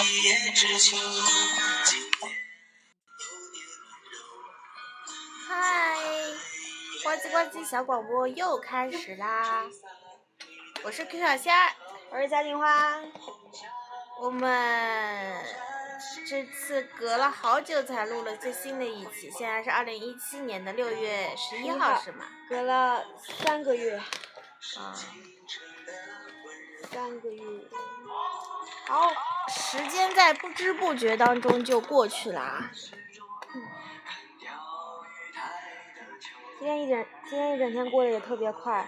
知情意，今夜有点温柔。嗨，呱唧呱唧小广播又开始啦！我是 Q 小仙儿，我是嘉玲花，我们这次隔了好久才录了最新的一期，现在是二零一七年的六月十一号，是吗？隔了三个月，啊，三个月，好，时间在不知不觉当中就过去了啊。今天一整今天一整天过得也特别快，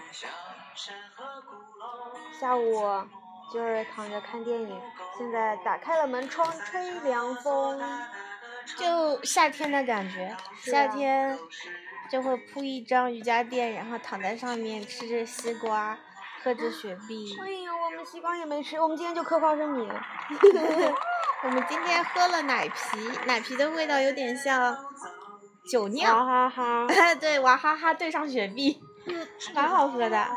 下午就是躺着看电影，现在打开了门窗吹凉风，哎就夏天的感觉，是夏啊天就会铺一张瑜伽垫，然后躺在上面吃着西瓜，喝着雪碧。哎呀，我们西瓜也没吃，我们今天就嗑花生米，我们今天喝了奶啤，奶啤的味道有点像酒娃酿，哈哈， 对，娃哈哈兑上雪碧，蛮好喝的。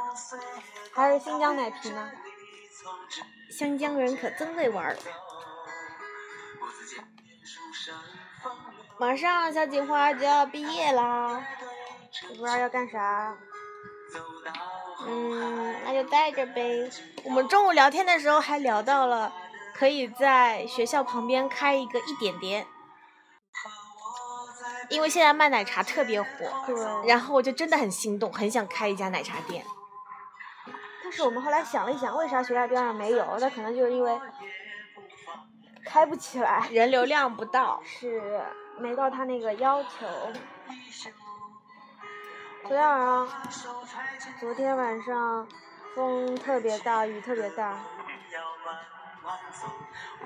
还是新疆奶啤呢，湘江人可真会玩儿。马上小锦花就要毕业啦，也不知道要干啥，嗯，那就待着呗。我们中午聊天的时候还聊到了，可以在学校旁边开一个一点点，因为现在卖奶茶特别火。对，然后我就真的很心动，很想开一家奶茶店。但是我们后来想了一想，为啥学校边上没有？那可能就是因为开不起来，人流量不到，是没到他那个要求。昨天晚上，昨天晚上风特别大，雨特别大，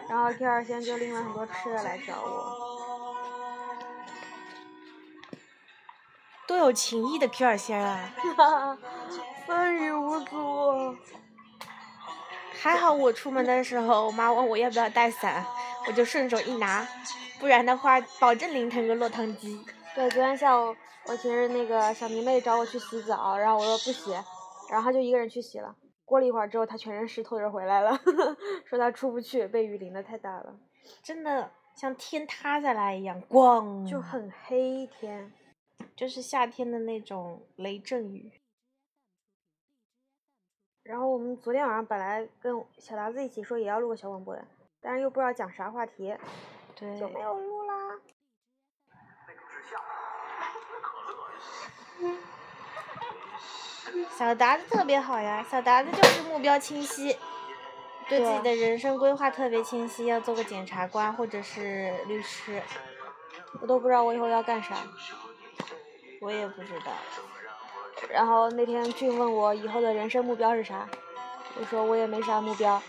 然后第二天就拎了很多吃的来找我。多有情义的 Q 儿仙儿啊！ 风雨无阻，还好我出门的时候，我妈问我要不要带伞，我就顺手一拿，不然的话，保证淋成个落汤鸡。对，昨天下午我其实那个小迷妹找我去洗澡，然后我说不洗，然后她就一个人去洗了。过了一会儿之后，她全身湿透着回来了， 说她出不去，被雨淋的太大了，真的像天塌下来一样，咣！就很黑天。就是夏天的那种雷阵雨。然后我们昨天晚上本来跟小达子一起说也要录个小广播的，但是又不知道讲啥话题，对，就没有录啦。小达子特别好呀，小达子就是目标清晰，对自己的人生规划特别清晰，要做个检察官或者是律师。我都不知道我以后要干啥。我也不知道，然后那天俊问我以后的人生目标是啥，我说我也没啥目标。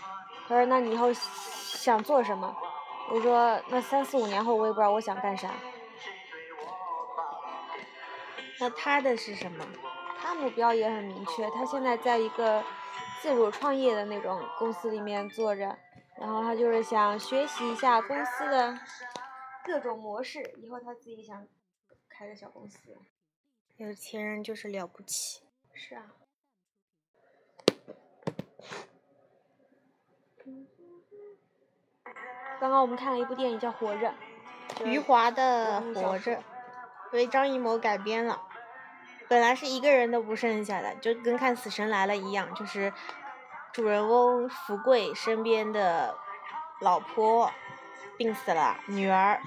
他说那你以后想做什么？我说那三四五年后我也不知道我想干啥。那他的是什么？他目标也很明确，他现在在一个自主创业的那种公司里面做着，然后他就是想学习一下公司的各种模式，以后他自己想开个小公司。有钱人就是了不起。是啊。刚刚我们看了一部电影叫《活着》，就是余华的人《物小活说》着被张艺谋改编了，本来是一个人都不剩下的，就跟看《死神来了》一样，就是主人翁福贵身边的老婆病死了，女儿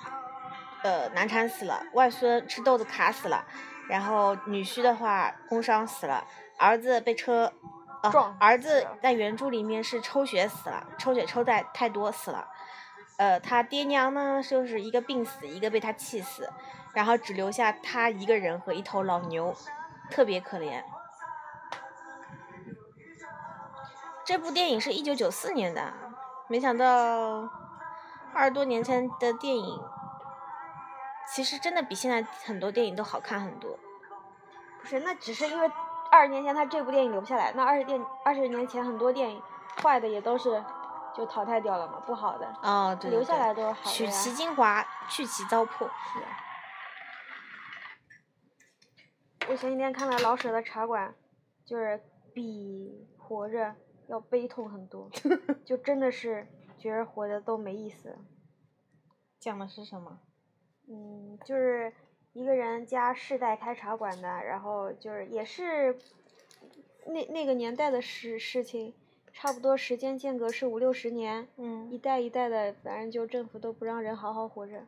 呃难产死了，外孙吃豆子卡死了，然后女婿的话工伤死了，儿子被车。呃撞儿死子了在原著里面是抽血死了，抽血抽太太多死了，呃，他爹娘呢，就是一个病死，一个被他气死，然后只留下他一个人和一头老牛，特别可怜。这部电影是一九九四年的，没想到二十多年前的电影，其实真的比现在很多电影都好看很多。不是，那只是因为二十年前他这部电影留不下来，那二十电二十年前很多电影坏的也都是就淘汰掉了嘛，不好的哦，对对留下对来都是好的取呀。啊其精华，去其糟粕。我前几天看了老舍的《茶馆》，就是比《活 着》要悲痛很多，就真的是觉得活着都没意思了。讲的是什么？嗯，就是一个人家世代开茶馆的，然后就是也是那那个年代的事事情，差不多时间间隔是五六十年，一嗯代一代的，反正就政府都不让人好好活着。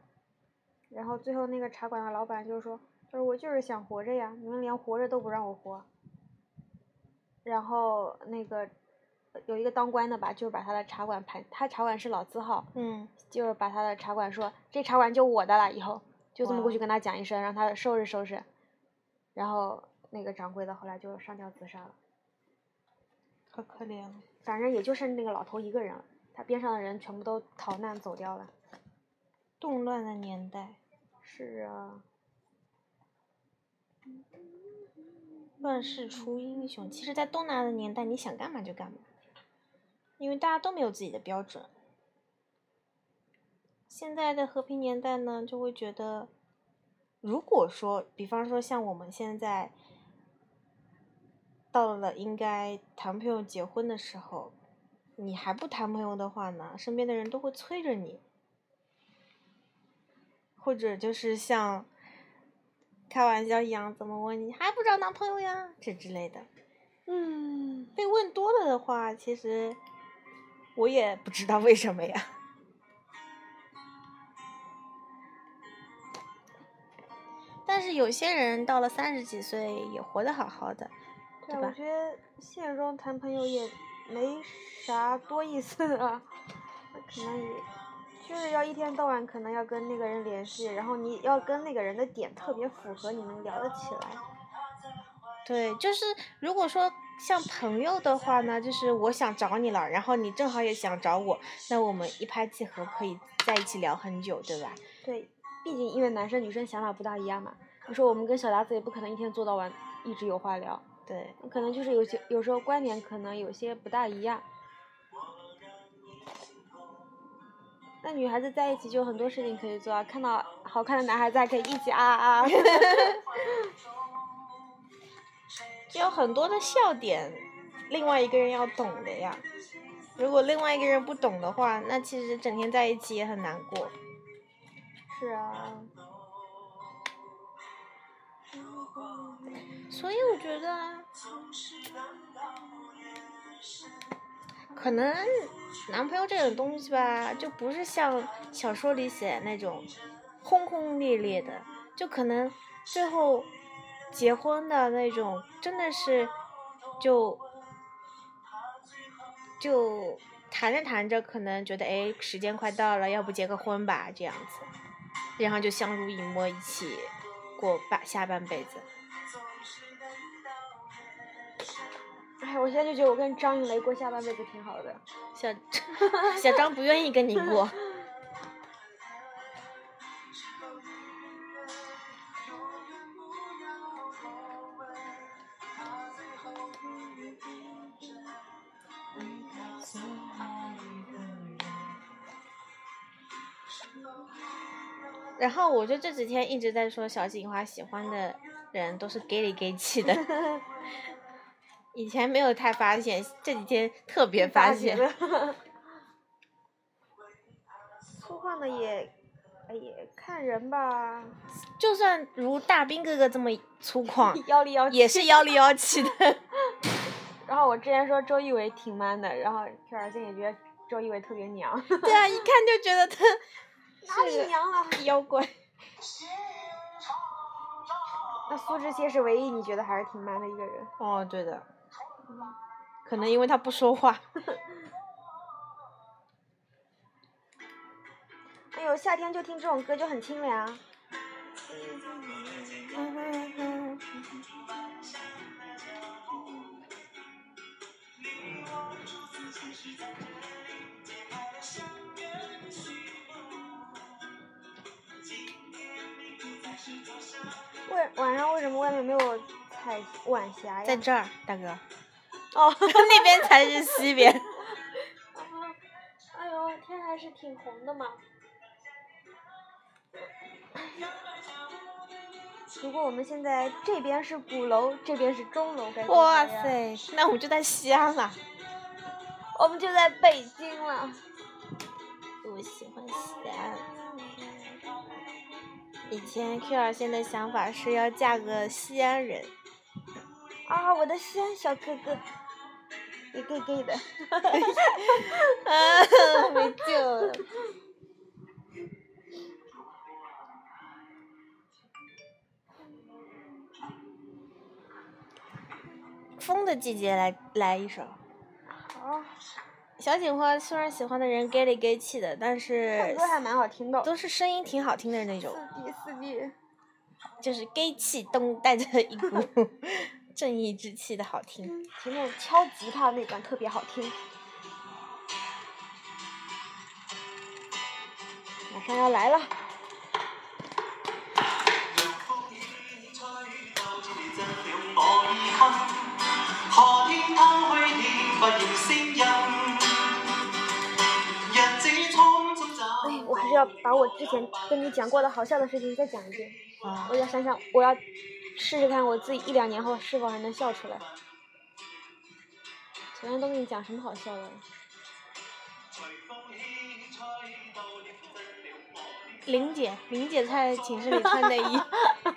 然后最后那个茶馆的老板就说：“他说我就是想活着呀，你们连活着都不让我活。”然后那个有一个当官的吧，就是把他的茶馆盘，他茶馆是老字号，嗯，就是把他的茶馆说这茶馆就我的了，以后就这么过哇去跟他讲一声，让他收拾收拾。然后那个掌柜的后来就上吊自杀了，好可怜哦。反正也就剩那个老头一个人了，他边上的人全部都逃难走掉了。动乱的年代，是啊，乱世出英雄。其实，在东南亚的年代，你想干嘛就干嘛，因为大家都没有自己的标准。现在的和平年代呢，就会觉得，如果说，比方说像我们现在到了应该谈朋友结婚的时候，你还不谈朋友的话呢，身边的人都会催着你，或者就是像开玩笑一样，怎么问你还不找男朋友呀，这之类的。嗯，被问多了的话，其实我也不知道为什么呀。 但是有些人到了三十几岁也活得好好的，对啊，对我吧觉得现实中谈朋友也没啥多意思啊，那可能也就是要一天到晚可能要跟那个人联系，然后你要跟那个人的点特别符合，你们聊得起来。对，就是如果说像朋友的话呢，就是我想找你了，然后你正好也想找我，那我们一拍即合，可以在一起聊很久，对吧？对，毕竟因为男生女生想法不大一样嘛。你说我们跟小达子也不可能一天做到晚，一直有话聊，对，可能就是有些有时候观点可能有些不大一样。那女孩子在一起就很多事情可以做啊，看到好看的男孩子还可以一起啊啊 啊。有很多的笑点，另外一个人要懂的呀。如果另外一个人不懂的话，那其实整天在一起也很难过。是啊，所以我觉得，可能男朋友这种东西吧，就不是像小说里写的那种轰轰烈烈的，就可能最后结婚的那种，真的是就就谈着谈着，可能觉得哎，时间快到了，要不结个婚吧，这样子，然后就相濡以沫，一起过半下半辈子。哎，我现在就觉得我跟张云雷过下半辈子挺好的。小小张不 愿意跟你过，然后我就这几天一直在说小锦花喜欢的人都是 gay 里 gay 气 的，以前没有太发现，这几天特别发现。 了。粗犷的也，哎也看人吧，嗯 就算如大兵哥哥这么粗犷， 妖里妖气。也是妖里妖气的。然后我之前说周一围挺 man 的，然后片儿静也觉得周一围特别娘，对啊，一看就觉得他哪里娘了？是妖怪。那苏志燮是唯一你觉得还是挺 man 的一个人。哦，对的，可能因为他不说话。哎呦，夏天就听这种歌就很清凉。为晚上为什么外面没有彩晚霞呀？ 在这儿，大哥，哦， 那边才是西 边。哎呦，天还是挺红的嘛。如果我们现在这边是鼓楼，这边是钟楼，该多好哇呀！塞，那我们就在西安了。我们就在北京了。我喜欢西安。嗯以前 Q 二仙的想法是要嫁个西安人，啊，我的西安小哥哥，你 gay gay 的，啊，没救了。风的季节来来一首。好，小警花虽然喜欢的人 gay 里 gay 气的，但唱是歌还蛮好听的。都是声音挺好听的那种，四 D 四 D，就是 gay 气东带着一股正义之气的好听。前面敲吉他那段特别好听。马上要来了，哎，我还是要把我之前跟你讲过的好笑的事情再讲一遍。啊我要想想，我要试试看我自己一两年后是否还能笑出来。昨天都跟你讲什么好笑的？玲姐，玲姐在寝室里穿内衣，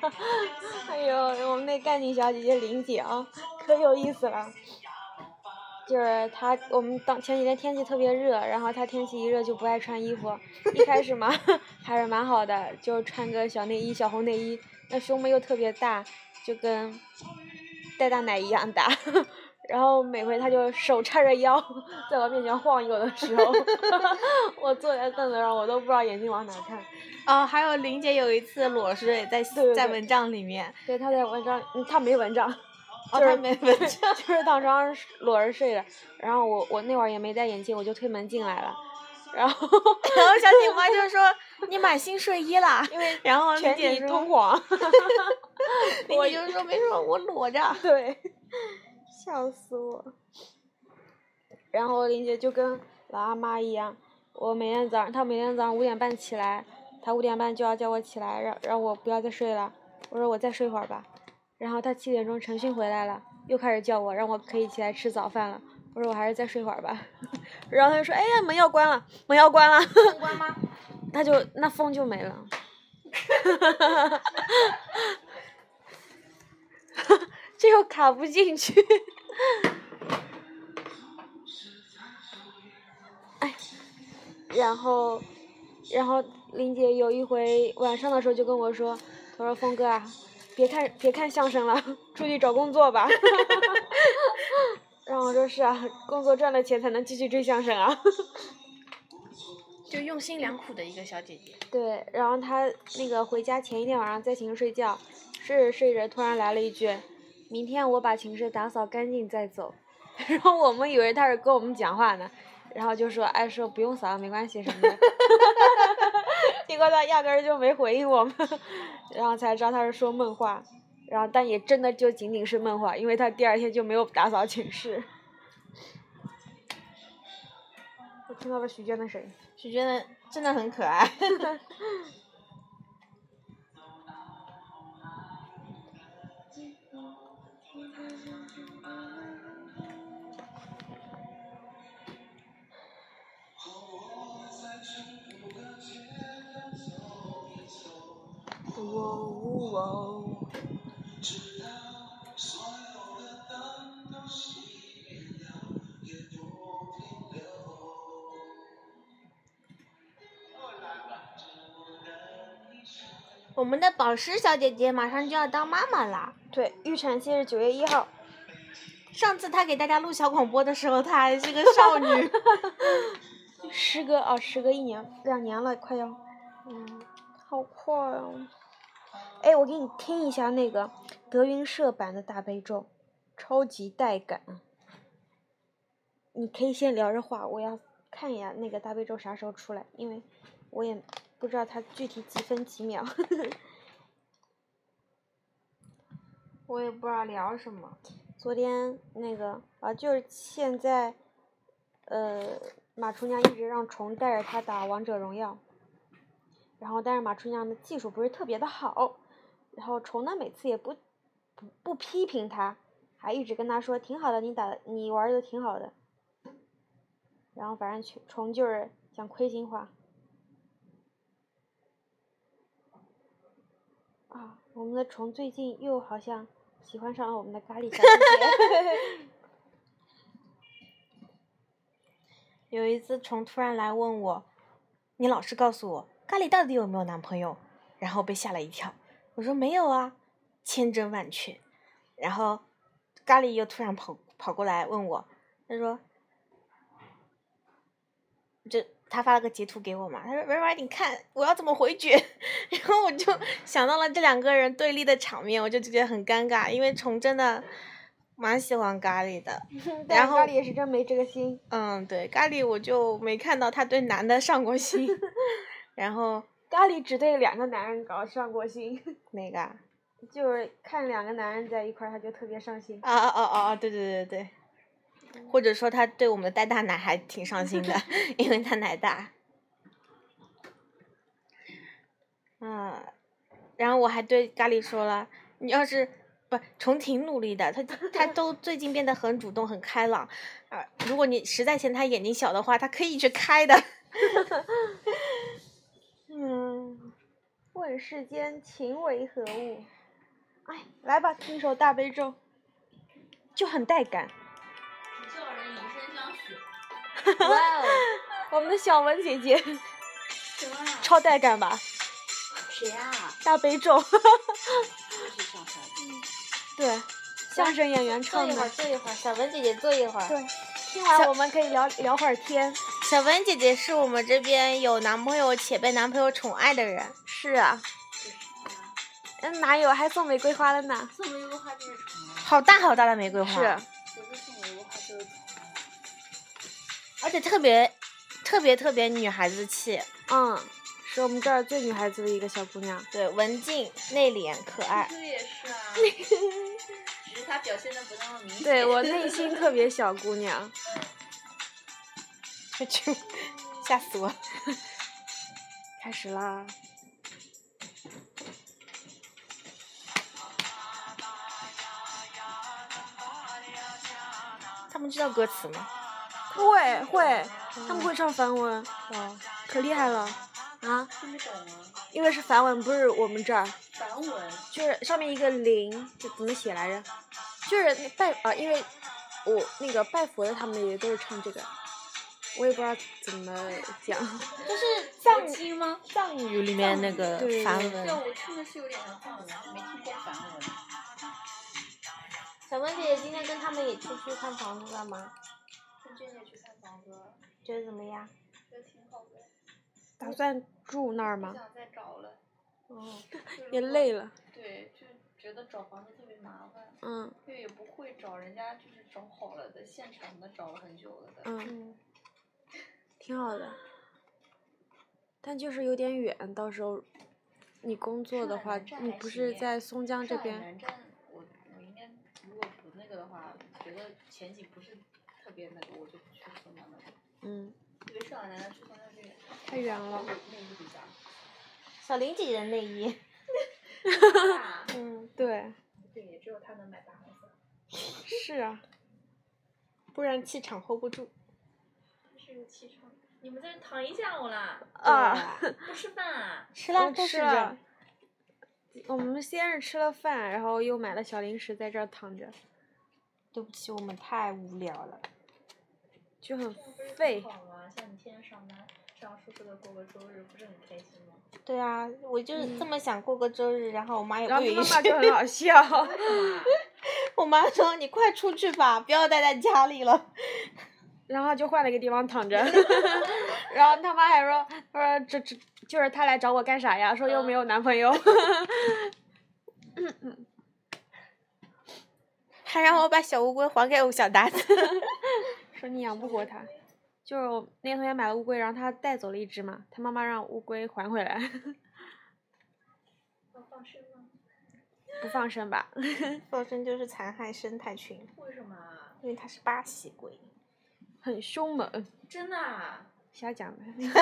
哎呦，我们那干警小姐姐玲姐啊，可有意思了。就是她，我们当前几天天气特别热，然后她天气一热就不爱穿衣服。一开始嘛， 还是蛮好的，就穿个小内衣、小红内衣，那胸部又特别大，就跟带大奶一样大。 然后每回她就手叉着腰，在我面前晃悠的时候， 我坐在凳子上，我都不知道眼睛往哪看。哦，还有玲姐有一次裸睡在对对在对文章里面，对，她在文章，嗯她没文章。就哦，她是没文 章。就是躺床上裸着睡着，然后我我那会儿也没戴眼镜，我就推门进来了，然后 然后小警花就说：“你买新睡衣啦因为？” 然后全玲体姐通说 黄，：“ 玲我姐就说没事，我裸着。对，笑死我。然后林姐就跟老阿妈一样，我每天早上，她每天早上五点半起来，她五点半就要叫我起来，让让我不要再睡了。我说我再睡会儿吧。然后她七点钟晨训回来了，又开始叫我，让我可以起来吃早饭了。我说我还是再睡会儿吧。 然后她就说：“哎呀，门要关了，门要关了。”关吗？他就那风就没了。这又卡不进去。哎，然后，然后林姐有一回晚上的时候就跟我说，她说峰哥啊，别看别看相声了，出去找工作吧。 然后我说是啊，工作赚了钱才能继续追相声啊。就用心良苦的一个小姐姐。对，然后他那个回家前一天晚上在寝室睡觉，睡着睡着突然来了一句：“明天我把寝室打扫干净再走。” 然后我们以为他是跟我们讲话呢，然后就说：“哎，说不用扫了，没关系什么的。” 结果他压根儿就没回应我们，然后才知道他是说梦话，然后但也真的就仅仅是梦话，因为他第二天就没有打扫寝室。我听到了许娟的声音。许娟的真的很可爱。 我们的宝石小姐姐马上就要当妈妈啦。对，预产期是九月一号。上次她给大家录小广播的时候，她还是个少女。时隔啊，时隔一年两年了，快要，嗯，好快哦。哎，我给你听一下那个德云社版的《大悲咒》，超级带感。你可以先聊着话，我要看一下那个《大悲咒》啥时候出来，因为我也不知道它具体几分几秒。 我也不知道聊什么。昨天那个啊，就是现在，呃，马厨娘一直让虫带着他打王者荣耀，然后但是马厨娘的技术不是特别的好，然后虫呢每次也不不不批评他，还一直跟他说挺好的，你打得你玩的挺好的，然后反正去虫就是讲亏心话，啊，我们的虫最近又好像喜欢上了我们的咖喱小姐姐。有一次，虫突然来问我：“你老实告诉我，咖喱到底有没有男朋友？”然后被吓了一跳。我说：“没有啊，千真万确。”然后咖喱又突然跑跑过来问我，他说：“这他发了个截图给我嘛，他说：‘文文，你看我要怎么回绝？’ 然后我就想到了这两个人对立的场面，我就觉得很尴尬，因为虫真的蛮喜欢咖喱的。但 然是后咖喱也是真没这个心。嗯，对，咖喱我就没看到他对男的上过心， 然后咖喱只对两个男人搞上过心， 哪个啊？就是看两个男人在一块儿，他就特别上心。啊啊啊啊啊！对对对对对，或者说他对我们的带大奶还挺上心的， 因为他奶大。嗯，然后我还对咖喱说了，你要是不虫挺努力的，他他都最近变得很主动、很开朗。啊，如果你实在嫌他眼睛小的话，他可以去开的。 嗯，问世间情为何物？哎，来吧，听首大悲咒，就很带感。叫人以身相许。哇哦，我们的小文姐姐什么啊？超带感吧？谁呀、啊？大悲咒， 就是上山。对，相声演员坐唱一会儿，的。坐一会儿，小文姐姐坐一会儿。对，听完小我们可以聊聊会儿天。小文姐姐是我们这边有男朋友且被男朋友宠爱的人。是啊，嗯，哪有还送玫瑰花了呢？送玫瑰花就是宠啊，好大好大的玫瑰花，是，啊谁说送玫瑰花就是宠啊？而且特别特别特别女孩子气，嗯，是我们这儿最女孩子的一个小姑娘。对，文静、内敛、可爱。 这也是啊，只是他表现的不那么明显。对我内心特别小姑娘。 我去，吓死我！开始啦！他们知道歌词吗？会会，他们会唱嗯梵文，哦，可厉害了啊！听不懂啊，因为是梵文，不是我们这儿，梵文。就是上面一个零，这怎么写来着？就是那拜啊、因为我那个拜佛的他们也都是唱这个，我也不知道怎么讲。就是藏经吗？藏语里面那个对对梵对对，文。我听的是有点像藏文，没听过梵文。小文姐姐今天跟他们也出去看房子了吗？跟娟姐去看房子，觉得怎么样？觉得挺好的，打算住那儿不吗？想再找了。哦，就也如果累。了。对，就觉得找房子特别麻烦，嗯因为也不会找人家就是找好了的，现成的找了很久了的。嗯，嗯，挺好的，但就是有点远，到时候你工作上的海话南站，你还不行是耶在松江这上海边？南站，我我应该如果不那个的话，觉得前景不是特别那个，我就不去松江那边，嗯，因为上海南站去松江这边太远了。内衣比较大。小林姐姐的内衣。嗯，对，对，也只有他能买大红色。是啊，不然气场 hold 不住是个气场。你们在这躺一下午啦，啊， 不吃饭啊？ 吃我了，开吃始着了。。我们先是吃了饭，然后又买了小零食，在这儿躺着，对不起，我们太无聊了。就很这样不是废很好吗？像你天天上班，这样舒服的过个周日，不是很开心吗？对啊，我就是这么想过个周日，然后我妈也然不后允妈许妈。就很好笑， 我妈说：“你快出去吧，不要待在家里了。”然后就换了一个地方躺着， 然后他妈还说，他说这这就是他来找我干啥呀？说又没有男 朋友，还让我把小乌龟还给我小达子。说你养不活他。就是我那个同学买了乌龟，然后他带走了一只嘛，他妈妈让乌龟还回来， 要放生吗？不放生吧？ 放生就是残害生态群，为什么啊？因为它是巴西龟。很凶猛，真的啊？瞎讲的。 怎么这么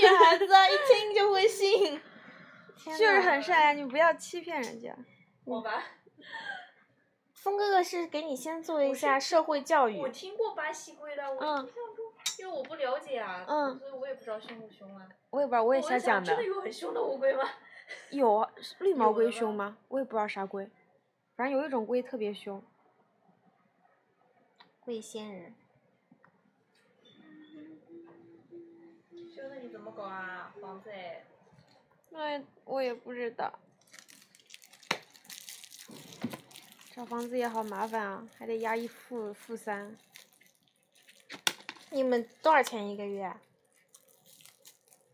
女孩子啊？一听就会信。天就是呐很善良，你不要欺骗人家。我吧，风哥哥是给你先做一我下是社会教育我，听过巴西龟的，我嗯印象中因为我不了解啊，嗯所以我也不知道凶不凶啊。我也不知道，我我也瞎在想想的真。的有很凶的乌龟吗？ 有啊，是绿毛有龟的凶吧吗？我也不知道啥龟，反正有一种龟特别凶。龟仙人，凶的你怎么搞啊，房子哎？那我也不知道。找房子也好麻烦啊，还得押一付付三，你们多少钱一个月啊？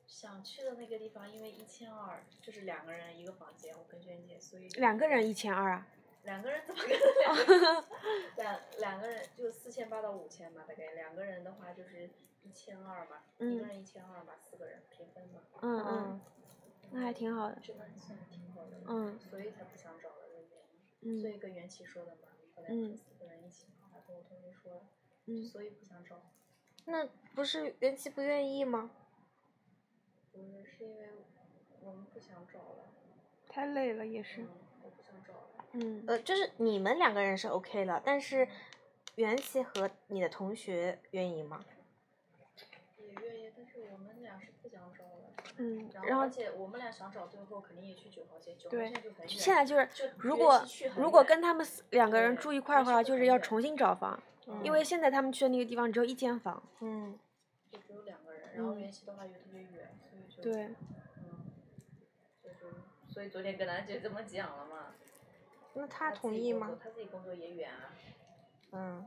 想去的那个地方，因为一千二，就是两个人一个房间，我跟娟姐，所以两个人一哦千二啊。两个人怎么可能两个人？ 两两个人就四千八到五千吧，大概两个人的话就是一千二吧，一个嗯人一千二吧，四个人平分嘛，嗯嗯嗯，那还挺好的。真的算挺好的，嗯所以才不想找了那边，嗯所以跟袁琪说的嘛，本来嗯说四个人一起嘛，还跟我同学说了，嗯所以不想找，那不是元气不愿意吗？不是是因为我们不想找了，太累了也是嗯。，我不想找了，嗯呃，就是你们两个人是 OK 了，但是元气和你的同学愿意吗？也愿意，但是我们俩是不想找了。嗯，然然后，后而且我们俩想找，最后肯定也去九号线，九号对线就很远。现在就是就，如觉得果是去很如果远跟他们四两个人对住一块儿的但是话，不就是很要远重新找房，因为现在他们去的那个地方只有一间房。嗯，嗯就只有两个人，然后嗯联系的话又特别远，所以就对，嗯，所以就所以昨天跟他就这么讲了嘛。那他自己同意工作吗？他自己工作也远啊，嗯，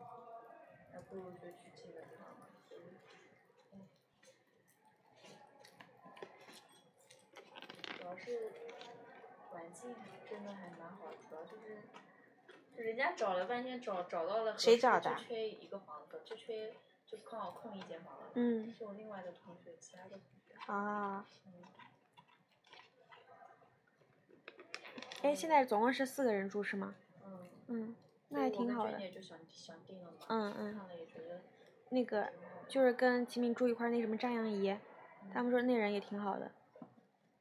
还不如就去近的地方嘛。所以嗯主要是环境真的还蛮好，主要就是人家找了半天找找到了合谁适找的啊就缺一个房子，就缺就刚好空一间房了。嗯是我另外的同学，其他的同学。啊，嗯哎，现在总共是四个人住是吗？嗯，嗯，所那还以我挺跟好娟的。姐就想想定了嘛，嗯嗯，看了也觉得那个挺好的就是跟秦敏住一块儿那什么张阳怡，他们说那人也挺好的。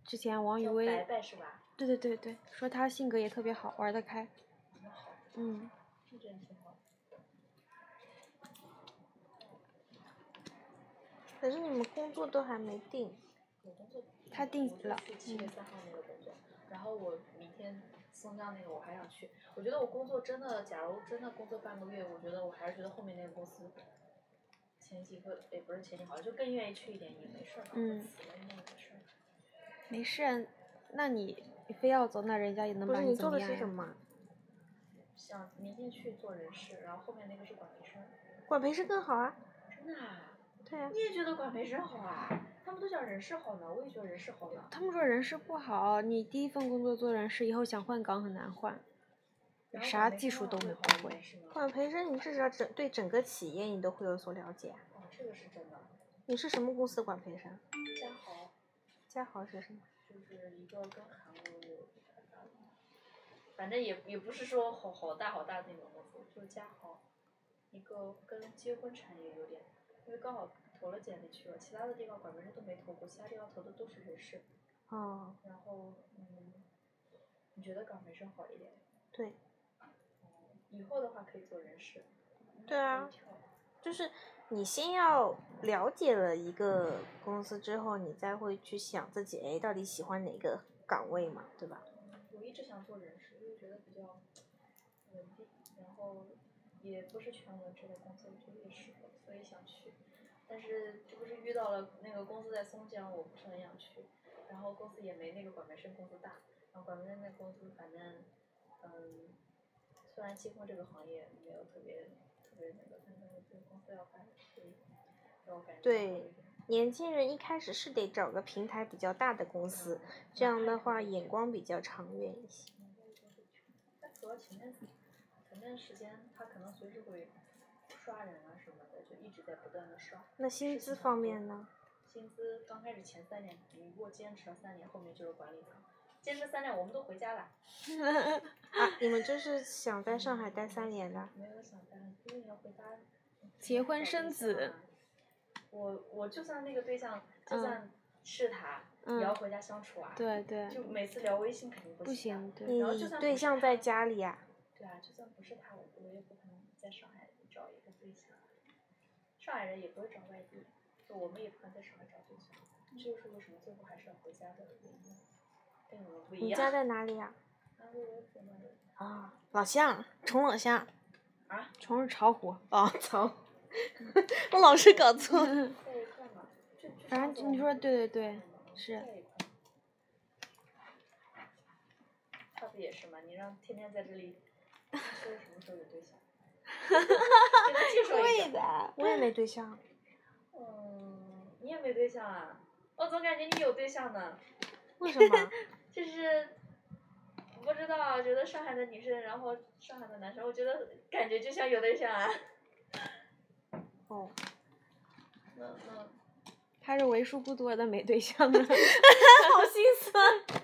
之前王雨叫薇，白白是吧？对对对对，说她性格也特别好，玩得开。挺好，嗯，这真挺好。可是你们工作都还没定，我工作他定嗯我就了嗯去七月三号那个工作，然后我明天松江那个我还想去。我觉得我工作真的，假如真的工作半个月，我觉得我还是觉得后面那个公司前几个也不是前几好，就更愿意去一点，也没事儿嘛。嗯辞了应该也没事儿。没事啊，那你你非要走，那人家也能不把是你怎做么的样是什呀？么？想明天去做人事，然后后面那个是管培生，管培生更好啊，真的、啊？对啊你，也觉得管培生好啊？他们都讲人事好呢，我也觉得人事好呢。他们说人事不好，你第一份工作做人事，以后想换岗很难换。然后啥管培啊技生术啊都会没好不一会点是吗管培生你至少整对整个企业你都会有所了解啊。哦，这个是真的。你是什么公司的管培生？嘉豪。嘉豪是什么？就是一个跟韩国有，反正也也不是说好好大好大那种公司，就是嘉豪，一个跟结婚产业有点，因为刚好投了简历去了，其他的地方管培生都没投过，其他地方投的都是人事。哦，然后嗯，你觉得管培生好一点？哦对，以后的话可以做人事。嗯对啊可以跳就是你先要了解了一个公司之后，你再会去想自己哎到底喜欢哪个岗位嘛，对吧？我一直想做人事，因为觉得比较稳定，然后也不是全文职的工作，我觉得也适合，所以想去。但是这不是遇到了那个公司在松江，我不是很想去，然后公司也没那个管培生公司大，然后管培生那公司反正，嗯，虽然结婚这个行业没有特别特别那个，但是我觉得公司要发展，所以让我感觉对好一点年轻人一开始是得找个平台比较大的公司，这样的话眼光比较长远一些。但主要前面前面时间他可能随时会刷人啊什么的，就一直在不断的刷。那薪资方面呢？薪资刚开始前三年，你如果坚持了三年，后面就是管理层。坚持三年，我们都回家了。啊，你们这是想在上海待三年的？没有想到，因为你要回家。结婚找生对子象啊。我我就算那个对象，嗯就算是他，也要嗯回家相处啊。。对对，就每次聊微信肯定不不行行的。对。你然后就嗯算对不是象在他家里啊？对啊，就算不是他，我我也不可能在上海找一个对象，上海人也不会找外地，就我们也不可能在上海找对象，这就是为什么最后还是要回家的原因，跟你们不一你家样。在哪里呀、安徽泸州那里啊，老乡，重老乡，啊，重是巢湖。啊，操， 我老是搞错。在一块嘛，就就反正你说对对对，是在一块。他不也是嘛？你让天天在这里，这是什么时候有对象？ 给他介绍一对个。的，我也没对象。嗯，你也没对象啊？我总感觉你有对象呢。为什么？就是不知道啊，觉得上海的女生，然后上海的男生，我觉得感觉就像有对象啊。哦，那那他是为数不多的没对象啊 的，好心酸。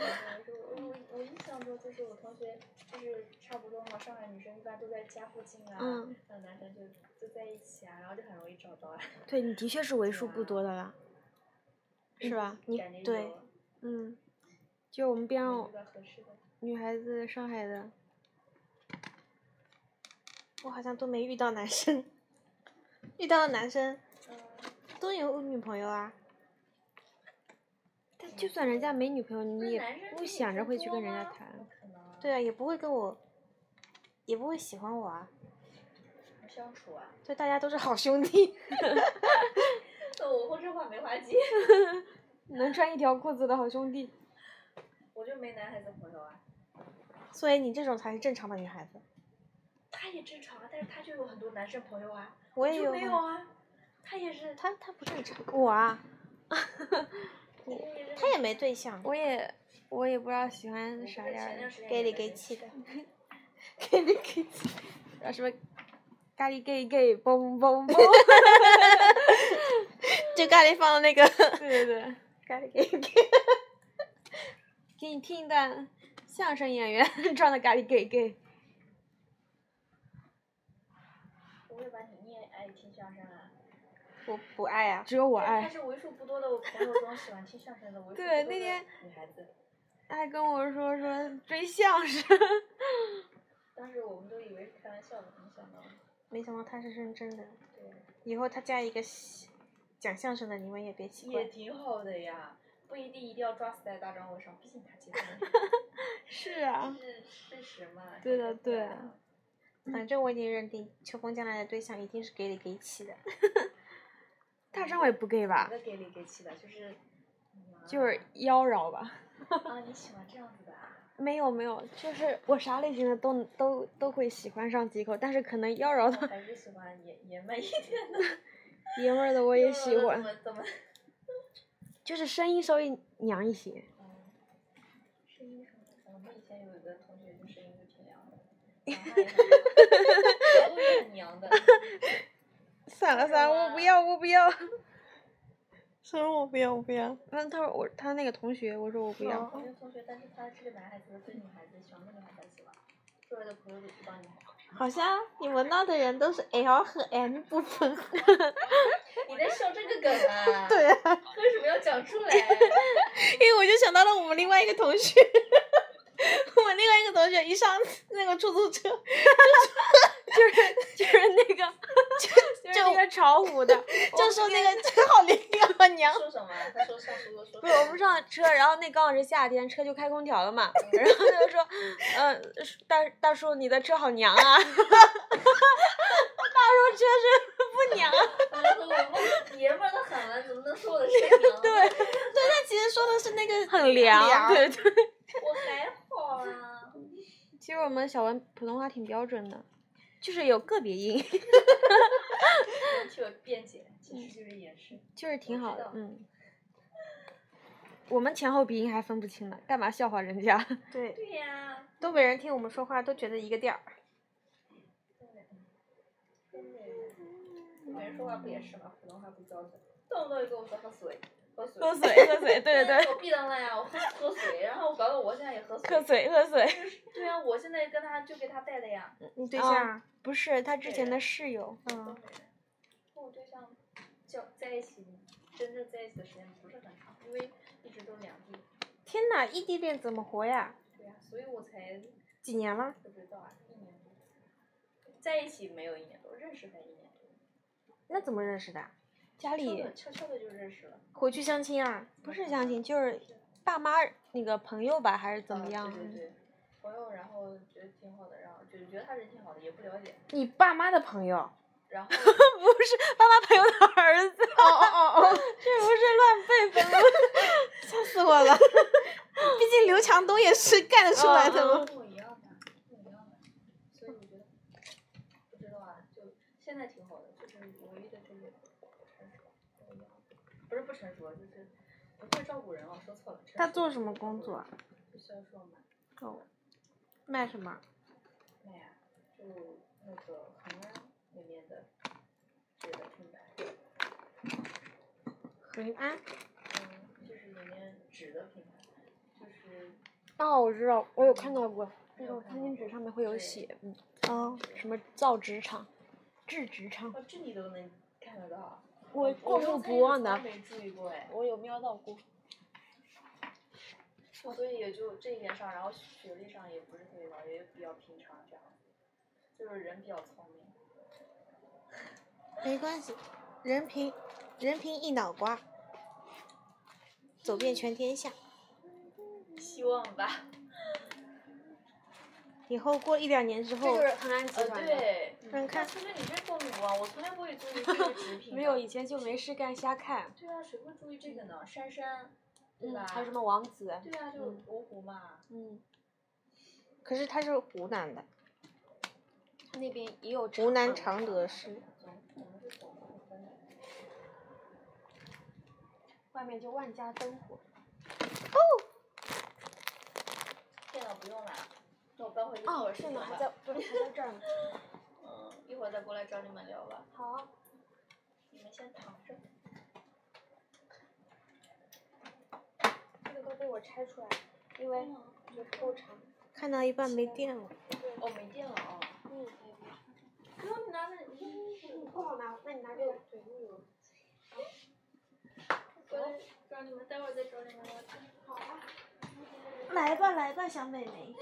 我我我印象中就是我同学就是差不多嘛，上海女生一般都在家附近啊，嗯那男生就就在一起啊，然后就很容易找到啊，对你的确是为数不多的啦，是吧？你感觉对，有嗯，就我们边没上遇到合适的。女孩子，上海的，我好像都没遇到男生，遇到的男生嗯，都有女朋友啊。但就算人家没女朋友，那你也男生比不女想着生会去多跟人家吗谈不。可能。对，啊，也不会跟我，也不会喜欢我啊。相处啊，对，大家都是好兄弟。 我后这话没法接， 能穿一条裤子的好兄弟，我就没男孩子朋友啊。所以你这种才是正常的女孩子。他也正常啊，但是他就有很多男生朋友啊，我也就有没有啊，啊，他也是，他他不正常。我啊，他他也没对象，我也我也不知道喜欢啥前样儿段的，时间给也里没给人气知的道，给你给气。啊什么咖喱 gay gay 嘣嘣嘣，就咖喱放的那个 对对对，咖喱给给。给你听一段相声演员 穿的咖喱 gay gay，不会吧？你你也爱听相声啊？我不爱啊。只有我但是她爱。是为数不多的我朋友中喜欢听相声的为数不多对的那天女孩子。他还跟我说说追相声， 当时我们都以为是开玩笑的，没想到，没想到他是认真的。对，以后他加一个喜讲相声的，你们也别奇怪。也挺好的呀，不一定一定要抓死在大张伟上，毕竟他结婚是 啊了，，这是事实嘛。对这的个对对的啊反正我已经认定秋风将来的对象一定是给里给气的。大张伟不 gay 哪吧？个给力给气的，就是， 嗯就是妖娆吧？啊，你喜欢这样子的啊？ 没有没有，就是我啥类型的都都都会喜欢上几口，但是可能妖娆我的还是喜欢爷爷们一点的。爷们儿 的我我也喜欢， 怎么？就是声音稍微娘一些。嗯，声音什么的？我们以前有一个同学就声音就挺娘的，讲话也很娘 走路也很 娘的。算了是算了，我吗不要，我不要。什么我不要我不要。那他说我他那个同学，我说我不要。哦我有同学，但是他是个男孩子，对女孩子喜欢跟女孩子喜欢，周围的朋友都不帮女孩子。好像你们那的人都是 L 和 M 不 分。你在笑这个梗 啊？对，啊，为什么要讲出来？啊因为我就想到了我们另外一个同学， 我们另外一个同学一上那个出租 车，就是就是那个，就是就那个炒股 的，就说那个车 好灵感啊娘。说什么？他说上次我说。不是我们上车，然后那刚好是夏天，车就开空调了嘛， 然后他就说，嗯、大大叔你的车好娘啊， 大叔车是不娘啊，他说我们 爷们儿的很了，怎么能 说我的啊声娘？对，对，他其实说的是那个很凉，对对。我还好啊。其实我们小文普通话挺标准的，就是有个别音，替我辩解，其实就是掩饰。 就是挺我好知的道，嗯。我们前后鼻音还分不清呢，干嘛笑话人家？ 对，对呀、东北人听我们说话都觉得一个调儿。东北人，东北人说话不也是吗？普通话不标准，动不动就跟我说喝水，喝 水，喝水，喝水，对对但是对，我必当了哎啊呀，我喝喝水，然后搞得我现在也喝水。喝水，喝水。对呀、我现在跟他就给他带的呀。 你对啊象啊？不是他之对前呀的室友，东嗯，北人，和我对象叫在一起，真正在一起的时间不是很长，因为一直都两地。天哪，异地恋怎么活呀？对呀、所以我才几年了？不知道啊，一年多，在一起没有一年多，认识才一年多。那那怎么认识的？家里悄悄的就认识了，回去相亲啊？不是相亲，就是爸妈那个朋友吧，还是怎么嗯样？对啊对对，朋友，然后觉得挺好的，然后就觉得他人挺好的，也不了解，你爸妈的朋友？然后不是爸妈朋友的儿子，哦哦哦 哦，这 不是乱辈 分吗？笑死我 了！毕竟刘强东也是干得出来的嘛。跟我一样的，跟我一样的，所以我觉得不知道啊，就现在挺好的，就是我遇到就是不成熟，跟我一样的，不是不成熟，啊就是不会照顾人啊，说错了。成他熟做什么工作啊？就销售嘛，哦，卖什么？啊卖呀，就那个恒安那边的这个品牌，恒安。嗯，就是里面纸的品牌，就是哦，我知道，我有看到过，那种有看餐到巾过纸上面会有对写，嗯，哦，什么造纸厂、制纸厂，哦，这你都能看得到。啊我过目刚才不忘从来的，没注意过哎。我有瞄到过。我哦所以也就这一点上，然后学历上也不是特别高，也比较平常这样，就是人比较聪明。没关系，人凭人凭一脑瓜，走遍全天下。希望吧。嗯以后过一两年之这后就，是恒安集呃，团的。对。让人看哇同学，你真聪明啊！我从来不会注意这个纸 品。没有，以。前就没事干瞎看。对啊，谁会注意这个呢？珊珊，对嗯，吧？还有什？么王子？对啊，就嗯芜湖嘛。嗯，可是他是湖南的，他那边也有湖南厂常德市。总我们是总部分的。外面就万家灯火。电脑不用了，那我搬回去做哦，事电情脑还吧。在，不是还在这儿呢。嗯，一会儿再过来找你们聊吧。好啊，你们先躺着。这个都被我拆出来，因为就不够长。看到一半没电了，哦，没电了啊、嗯，不用你拿着，不好拿，嗯那你拿这个。对， 我让你们待会儿再找你们聊天。来吧来吧，小美眉。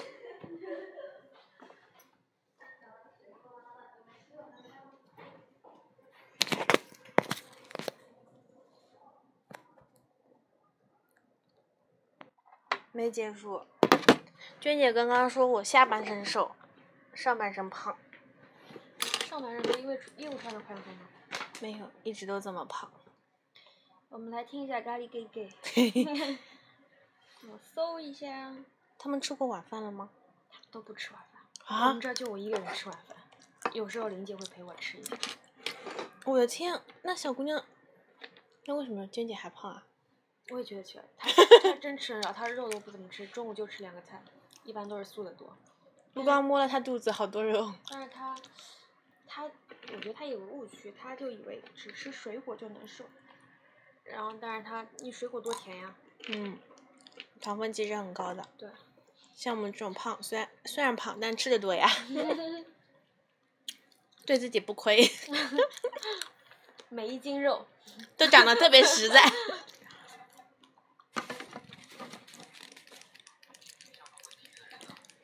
没结束。娟姐刚刚说我下半身瘦，上半身胖，上半身不是因为业务上的宽松吗？没有，一直都这么胖。我们来听一下咖喱 gay gay。我搜一下，他们吃过晚饭了吗？都不吃晚饭。我啊们！这儿就我一个人吃晚饭，有时候玲姐会陪我吃一下。我的天，那小姑娘，那为什么娟姐还胖啊？我也觉得奇怪，她她真吃很少，她肉都不怎么吃，中午就吃两个菜，一般都是素的多。我刚摸了她肚子，好多肉。但是她，她，我觉得她有个误区，她就以为只吃水果就能瘦，然后但是她你水果多甜呀，嗯，糖分其实很高的。对，像我们这种胖，虽然虽然胖，但吃的 多呀，对自己不亏，每一斤肉。都长得特别实 在。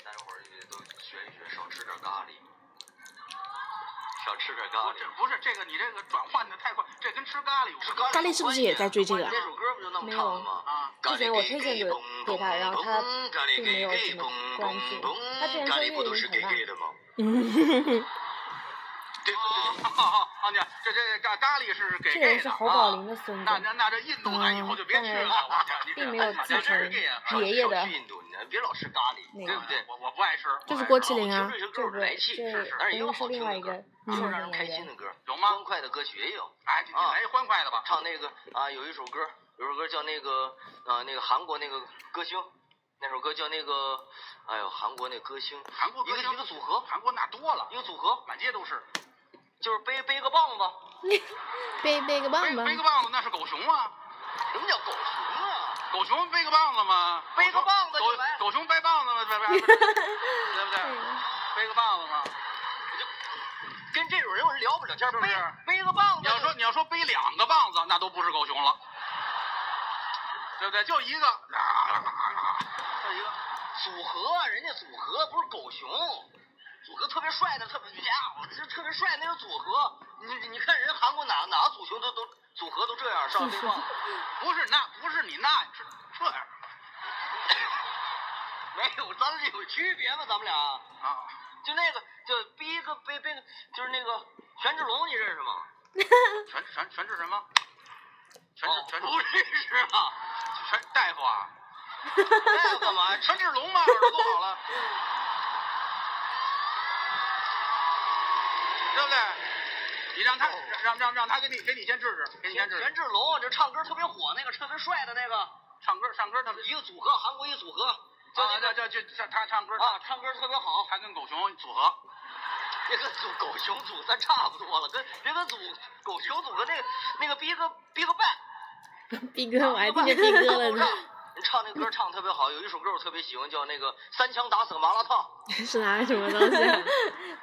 待会儿也都学一学，少吃点咖喱。少吃点咖喱。不是不是，这个你这个转换的太快，这跟吃咖喱有关咖喱是不是也在追这个啊这首歌不就那么唱的吗？啊之前我推荐给给他然后他并没有怎么关注他之前说咖喱不都粤语是很 gay 烂 gay 的吗？嗯，这哦哦，你看这这咖咖喱是给这人是侯宝林的孙子，那这印度呢以后就别去了嗯我并哎没有继承爷爷的去印度，啊你别老吃咖那喱，个对不对？我我不爱吃，这是郭麒麟啊这这不来气，这是是，但是也有应该好是听另外的一歌个。嗯就是相让人声开演心员。的歌，有吗？欢快的歌曲也有。哎，你来一欢快的吧。唱那个啊，有一首歌，有首歌叫那个啊，那个韩国那个歌星，那首歌叫那个，哎呦，韩国那歌星，韩国歌星一个组合，韩国那多了，一个组合，满街都是，就是背背个棒子， 背背个棒背吧背。个棒子那是狗熊啊，什么叫狗熊啊？狗熊背个棒子嘛，背个棒子狗你来狗熊背棒子嘛，对 不对？对不对？背个棒子嘛，跟这种人我是聊不了天儿，是不背是背个棒子。你要说你要说背两个棒子，那都不是狗熊了，对不对？就一个，这啊一个组合啊，人家组合不是狗熊，哎组合特别帅的，特别呀，这特别帅那种组合。你你看人韩国哪哪哪个足球都都组合都这样，上对棒，不是那，不是你那，是这样没有，咱俩有区别吗？咱们俩啊。就那个就逼个被被就是那个权志龙，你认识吗？全全全是什么？全是哦全不是认识啊？全大夫 啊？那要干嘛？陈志龙嘛，耳朵都好了，对不对？你让哦他让让让他给你给你先治治，给你先治治权。志龙就唱歌特别火，那个特别帅的那个，唱歌唱歌他们一个组合，韩国一组合，就啊，那就个就就就他唱歌，啊，唱歌特别好，他跟狗熊组合，那个组狗熊组咱差不多了，跟别跟组狗熊组跟那个那个逼哥逼哥半， 逼哥，我还听见逼哥了呢，你 唱那歌唱得特别好，有一首歌我特别喜欢，叫那个“三枪打死个麻辣烫是拿什么东西啊？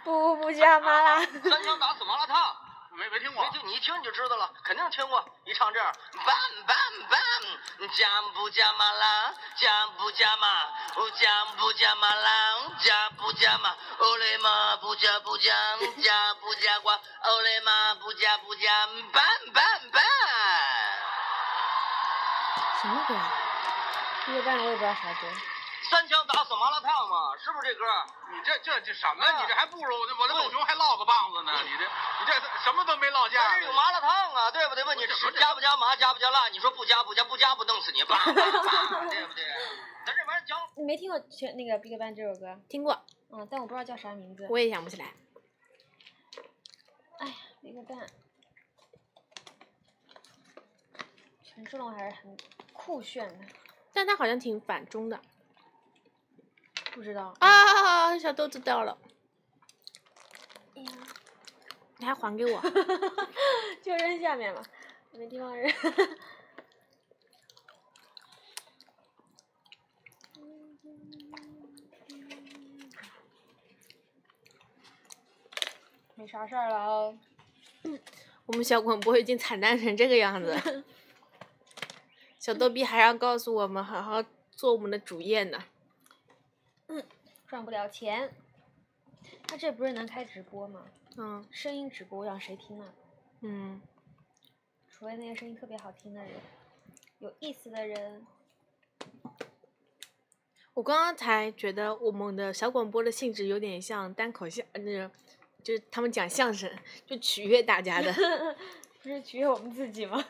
不不不，叫麻辣，”， 三枪打死麻辣烫。 没没听过没。听你一听你哎就知道了，肯定听过。一唱这样，bang bang bang，加不加麻啦，加不加麻，哦加不加麻啦，加不加麻，哦嘞嘛不加不加， 加不加瓜，哦嘞嘛不加不 加，bang bang bang，什么鬼啊？夜半我也不知道啥歌。三枪打死麻辣烫嘛，是不是这歌？你这这这什么？啊你这还不如我那狗熊还落个棒子呢！你这你这什么都没落但下是。有麻辣烫啊，对不对？问你不是吃不是加不加麻，加不加辣？你说不加不加不加不弄死你，叭叭叭，对不对？咱这玩意儿讲你没听过全那个 BigBang 这首歌？听过，嗯，但我不知道叫啥名字。哎我也想不起来。 BigBang，陈志龙还是很酷炫的，但 他好像挺反中的不知道。啊！小豆知道了，哎呀你还还给我。就扔下面了，没地方扔。 没啥事儿了哦，我们小广播已经惨淡成这个样子 了，小逗逼还要告诉我们好好做我们的主业呢。赚不了钱。他这不是能开直播吗？嗯声音直播，我想谁听啊？嗯，除非那些声音特别好听的人，有意思的人。我刚刚才觉得我们的小广播的性质有点像单口相，呃那个就是他们讲相声，就取悦大 家的。不是取悦我们自己吗？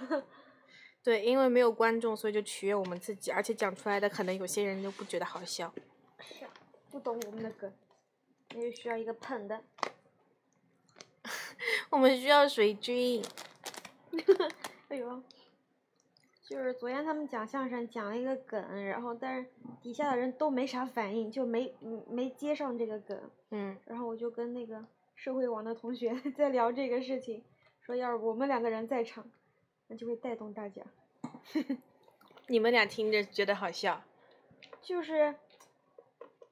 对，因为没有观众，所以就取悦我们自己，而且讲出来的可能有些人就不觉得好笑。啊不懂我们的梗，那就需要一个捧的。我们需要水军，哎呦，就是昨天他们讲相声讲了一个梗，然后但是底下的人都没啥反应，就没嗯没接上这个梗。嗯，然后我就跟那个社会网的同学 在聊这个事情，说要是我们两个人在场，那就会带动大家。你们俩听着觉得好笑，就是，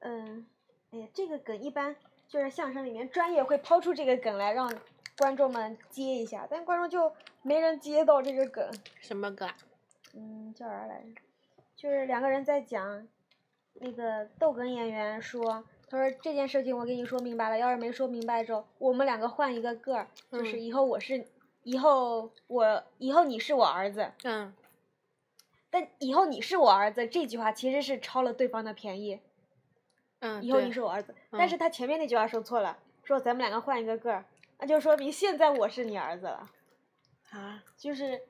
嗯，哎呀，这个梗一般就是相声里面专业会抛出这个梗来让观众们接一下，但观众就没人接到这个梗。什么歌啊？嗯，叫啥来着？就是两个人在讲，那个逗哏演员说，他说这件事情我跟你说明白了，要是没说明白之后，我们两个换一个个儿，就是嗯以后我是，以后我以后你是我儿子，嗯，但以后你是我儿子这句话其实是抄了对方的便宜，嗯，以后对你是我儿子，嗯但是他前面那句话说错了，说咱们两个换一个个儿，那就说明现在我是你儿子了。啊，就是，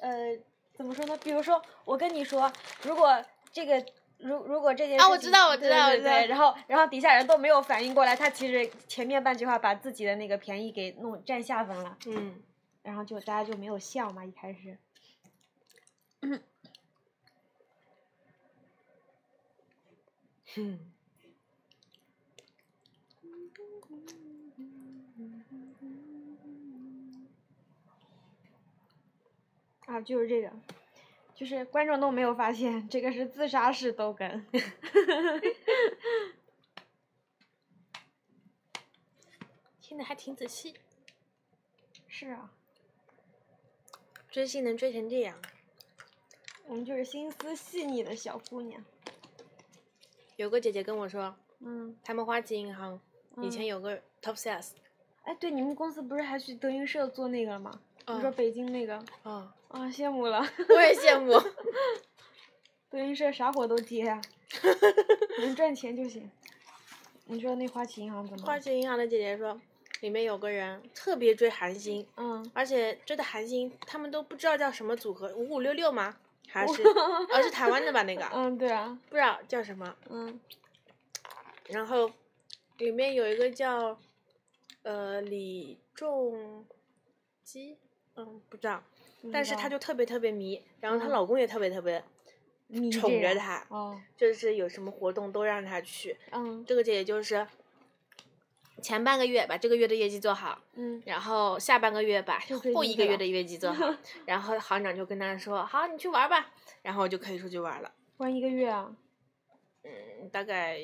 呃，怎么说呢？比如说，我跟你说，如果这个，如如果这件事啊情我知道我对知道对我知对道然后然后底下人都没有反应过来，他其实前面半句话把自己的那个便宜给弄占下风了，嗯，然后就大家就没有笑嘛，一开始。哼。啊，就是这个，就是观众都没有发现这个是自杀式逗哏。 听的还挺仔细，是啊，追星能追成这样，我们就是心思细腻的小姑娘。有个姐姐跟我说，嗯，他们花旗银行以前嗯有个 Top Sales，哎，对，你们公司不是还去德云社做那个了吗？你说嗯北京那个嗯，啊，羡慕了， 我也羡慕。德云社啥活都接 啊，能赚钱就行。你说那花旗银行怎么？花旗银行的姐姐说，里面有个人特别追韩星，嗯，而且追的韩星他们都不知道叫什么组合，五五六六吗？还是而是台湾的吧？那个嗯，对啊，不知道叫什么。嗯然后里面有一个叫呃李仲基，嗯，不知道，但是她就特别特别迷，然后她嗯老公也特别特别迷宠这着样她，哦，就是有什么活动都让她去。嗯这个姐姐就是前半个月把这个月的业绩做好，嗯然后下半个月把就可以后进一去个月了的业绩 做好，然后行长就跟她说：“好，你去玩吧。”然后就可以出去玩了。关一个月啊，嗯，大概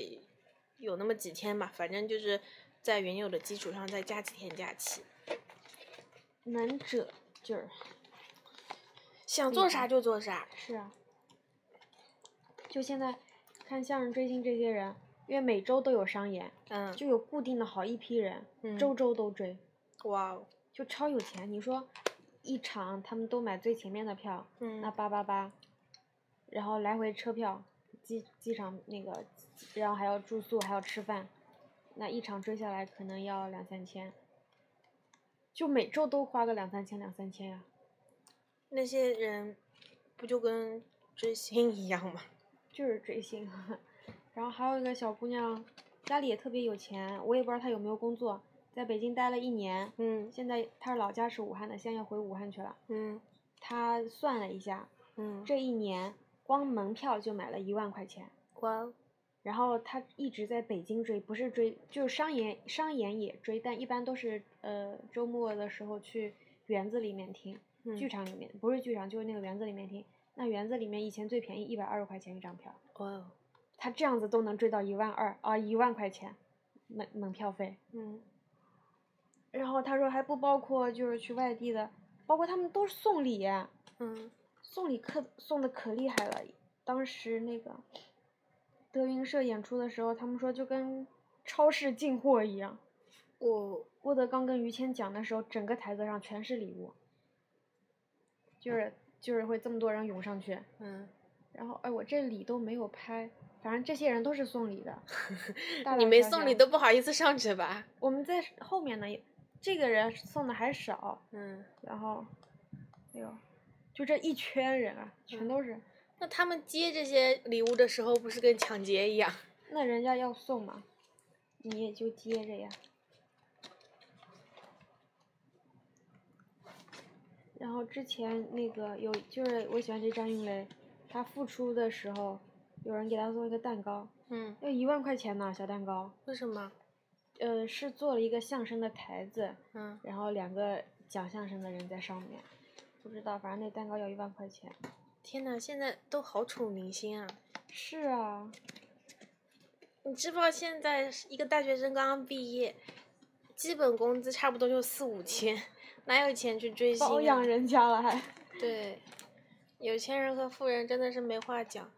有那么几天吧，反正就是在原有的基础上再加几天假期，能者劲儿想做啥就做啥。是啊。就现在看相声追星这些人，因为每周都有商演，嗯，就有固定的好一批人，嗯周周都追，哇哦，就超有钱。你说一场他们都买最前面的票，嗯那八八八，然后来回车票、机机场那个，然后还要住宿，还要吃饭，那一场追下来可能要两三千，就每周都花个两三千两三千呀、那些人不就跟追星一样吗？就是追星。 然后还有一个小姑娘，家里也特别有钱，我也不知道她有没有工作，在北京待了一年，嗯现在她老家是武汉的，现在回武汉去了。嗯她算了一下，嗯，这一年光门票就买了一万块钱。哇哦，然后他一直在北京追，不是追，就是商演商演也追，但一般都是呃周末的时候去园子里面听，剧嗯场里面不是剧场就是那个园子里面听。那园子里面以前最便宜一百二十块钱一张票，哇哦，他这样子都能追到一万二啊一万块钱，门门票费。嗯然后他说还不包括就是去外地的，包括他们都是送礼呀、嗯送礼可送的可厉害了，当时那个德云社演出的时候，他们说就跟超市进货一样。我郭德纲跟于谦讲的时候，整个台子上全是礼物，就是就是会这么多人涌上去，嗯，然后哎我这礼都没有拍，反正这些人都是送 礼的。大你大没小送小礼都不好意思上去吧？嗯我们在后面呢，这个人送的还少，嗯，然后，哎呦，就这一圈人啊，全嗯都是。那他们接这些礼物的时候，不是跟抢劫一样？那人家要送嘛，你也就接着呀。然后之前那个有，就是我喜欢这张云雷，他复出的时候，有人给他做一个蛋糕，嗯，要一万块钱呢，小蛋糕。为什么？呃，是做了一个相声的台子，嗯，然后两个讲相声的人在上面，不知道，反正那蛋糕要一万块钱。天呐，现在都好宠明星啊！是啊，你知不知道现在是一个大学生刚刚毕业，基本工资差不多就四五千，哪有钱去追星、啊？包养人家了还。对，有钱人和富人真的是没话讲。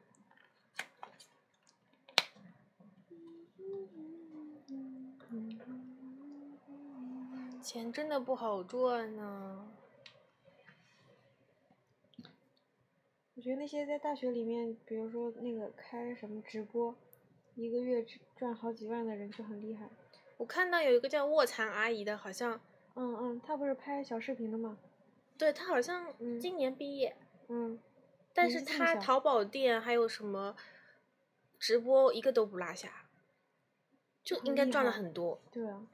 钱真的不好赚啊呢、我觉得那些在大学里面，比如说那个开什么直播，一个月只赚好几万的人就很厉害。我看到有一个叫卧蚕阿姨的，好像嗯嗯，他不是拍小视频的吗？对她好像嗯今年毕业，嗯，但年是纪这么她小淘宝店还有什么直播一个都不落下，就很应该厉赚了害很多。对啊，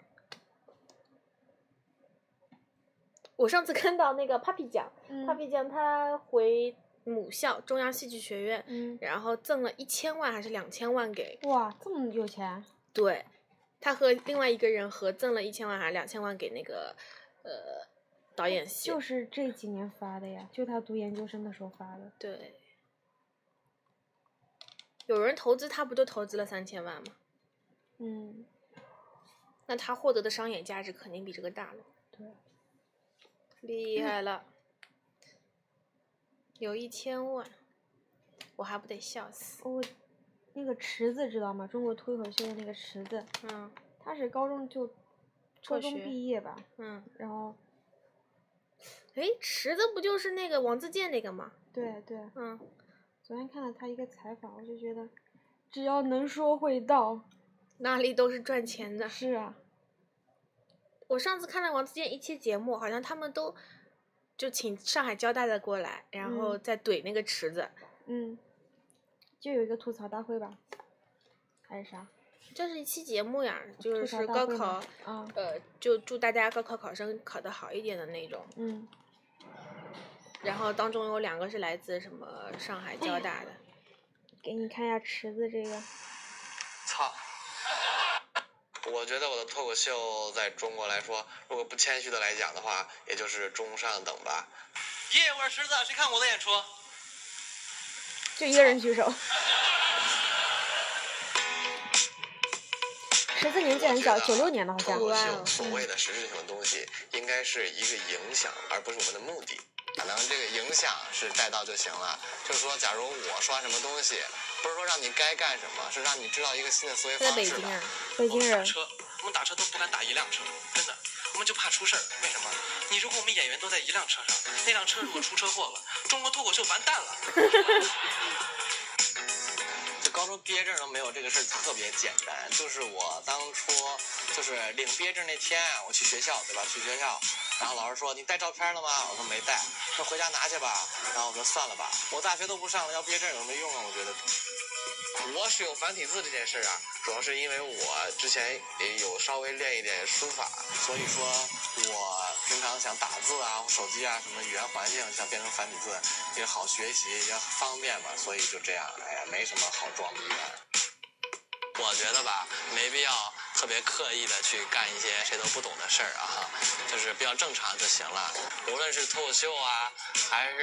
我上次看到那个 Papi 酱、嗯 p a p i 酱她回母校中央戏剧学院，嗯，然后赠了一千万还是两千万给哇，这么有钱，对，他和另外一个人合赠了一千万还是两千万给那个呃导演系，哎就是这几年发的呀，就他读研究生的时候发的。对。有人投资他不就投资了三千万吗？嗯，那他获得的商业价值肯定比这个大了，对，啊厉害了，有一千万，我还不得笑死？我哦那个池子知道吗？中国脱口秀的那个池子，嗯他是高中就辍高中学毕业吧，嗯然后哎，池子不就是那个王自健那个吗？对对，嗯，昨天看了他一个采访，我就觉得，只要能说会道。哪里都是赚钱的。是啊，我上次看了王自健一期节目，好像他们都就请上海交大的过来，然后嗯再怼那个池子，嗯，就有一个吐槽大会吧，还是啥？这是一期节目呀，就吐槽是大高会考吗，啊，呃，就祝大家高考考生考得好一点的那种。嗯，然后当中有两个是来自什么上海交大的，给你看一下池子这个，操！我觉得我的脱口秀在中国来说，如果不谦虚的来讲的话，也就是中上等吧。耶，我是石子，谁看我的演出？就一个人举手。池子年纪很小，九六年的好像脱。口哇秀哦所谓的实质性的东西，应该是一个影响，而不是我们的目的。可能这个影响是带到就行了。就是说，假如我说完什么东西，不是说让你该干什么，是让你知道一个新的思维在方北式京吧。啊，北我京们打人，车，我们打车都不敢打一辆车，真的，我们就怕出事儿。为什么？你如果我们演员都在一辆车上，那辆车如果出车祸了，中国脱口秀完蛋了。就高中毕业证都没有这个事儿特别简单，就是我当初就是领毕业证那天，啊我去学校对吧？去学校，然后老师说你带照片了吗？我说没带，那回家拿去吧。然后我说算了吧，我大学都不上了，要毕业证有什么用啊？我觉得我使用繁体字这件事啊，主要是因为我之前也有稍微练一点书法，所以说我平常想打字啊、手机啊什么语言环境想变成繁体字，也好学习也方便嘛，所以就这样，哎呀，没什么好装逼的。我觉得吧，没必要特别刻意的去干一些谁都不懂的事儿啊，就是比较正常就行了。无论是脱口秀啊，还是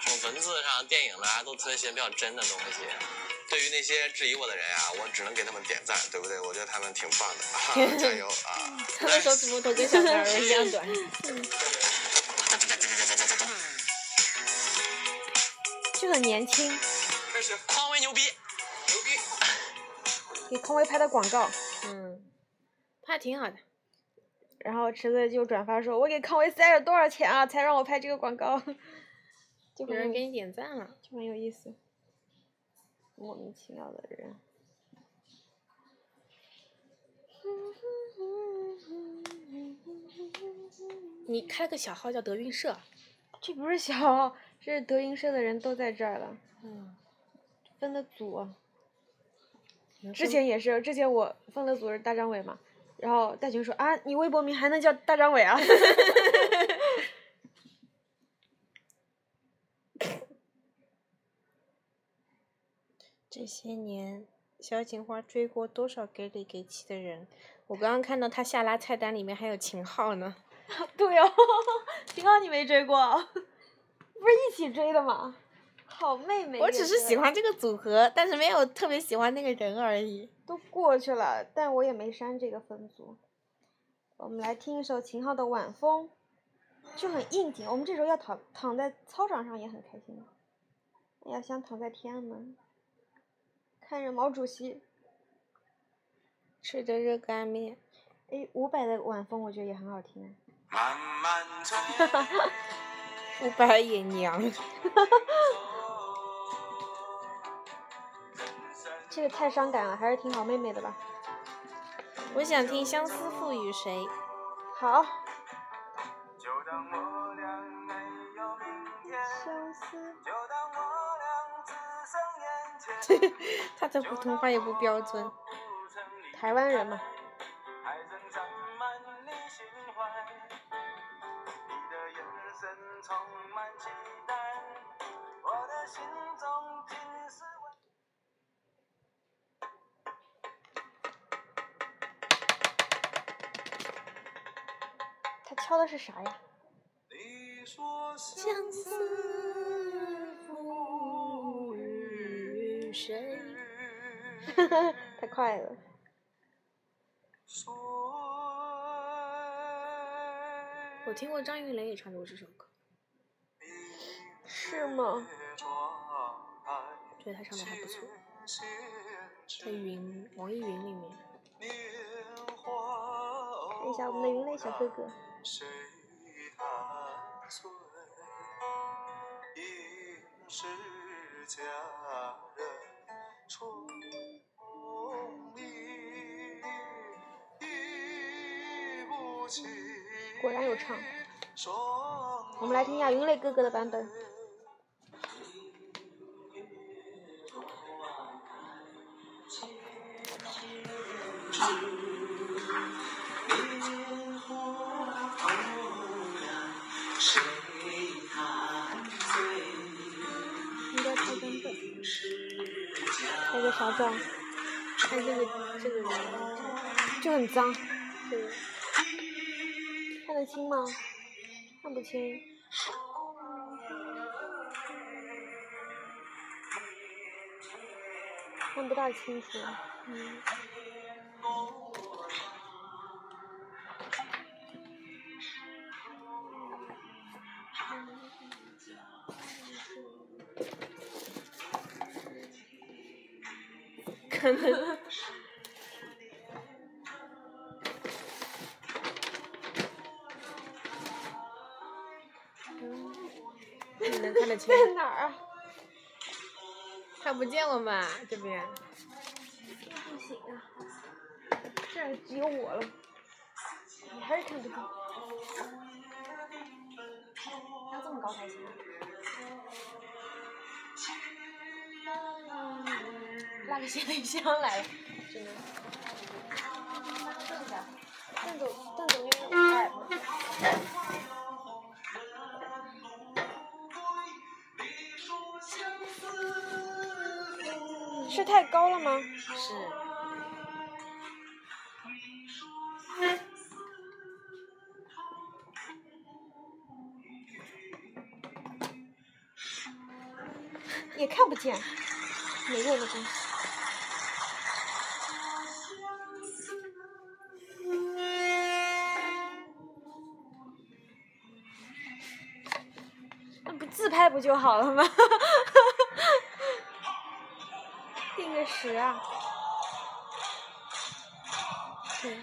什么文字上、电影的啊，都特别喜欢比较真的东西。对于那些质疑我的人啊，我只能给他们点赞，对不对？我觉得他们挺棒的，啊、加油啊！ 他们手指头都跟小鸟儿一样短。就很年轻，这是匡威牛逼，牛逼！给匡威拍的广告。嗯，拍的挺好的。然后池子就转发说：“我给康威塞了多少钱啊，才让我拍这个广告？” 就有很人有给你点赞了，就很有意思，莫名其妙的人。你开了个小号叫德云社，这不是小，这是德云社的人都在这儿了，嗯，分的组啊。之前也是，之前我分的组是大张伟嘛，然后大群说啊，你微博名还能叫大张伟啊？ 这些年，小警花追过多少给里给气的人？我刚刚看到她下拉菜单里面还有秦昊呢。 对哦，秦昊你没追过啊，不是一起追的吗？好妹妹，我只是喜，欢这个组合，但是没有特别喜欢那个人而已。都过去了，但我也没删这个分组。我们来听一首秦昊的《晚风》，就很应景。我们这时候要躺躺在操场上也很开心。哎呀，想躺在天安门，看着毛主席。吃着热干面，哎，伍佰的《晚风》我觉得也很好听。慢慢吹，五百也娘。这个太伤感了，还是听好妹妹的吧。我想听《相思赋予谁》。好，就当我俩没有明天，相思。就当我俩只剩眼前。他的普通话也不标准。台湾人嘛。还仍沾满你心怀，你的眼神充满期待，我的心中尽是温。他敲的是啥呀？你说相思赋予谁？太快了。水，我听过张云雷也唱过这首歌，是吗？觉得他唱的还不错，在云网易云里面。等一下，我们的云雷小哥哥。谁是佳人重遇，忆不起果然有唱。霜我们来听一下云磊哥哥的版本。应该开根本，开个啥照？看哎这个这个人，就很脏，这个看得清吗？看不清。看不大清楚，嗯。可能 你能看得清 在， 哪儿啊？看不见我们啊这边。不行啊，这儿只有我了，你还是看不到。要这么高才行。啊啊拉个行李箱来，真的。邓总，邓总有点可爱。是太高了吗？是，也看不见，每个人的东西。那不自拍不就好了吗？ 定个时啊！对，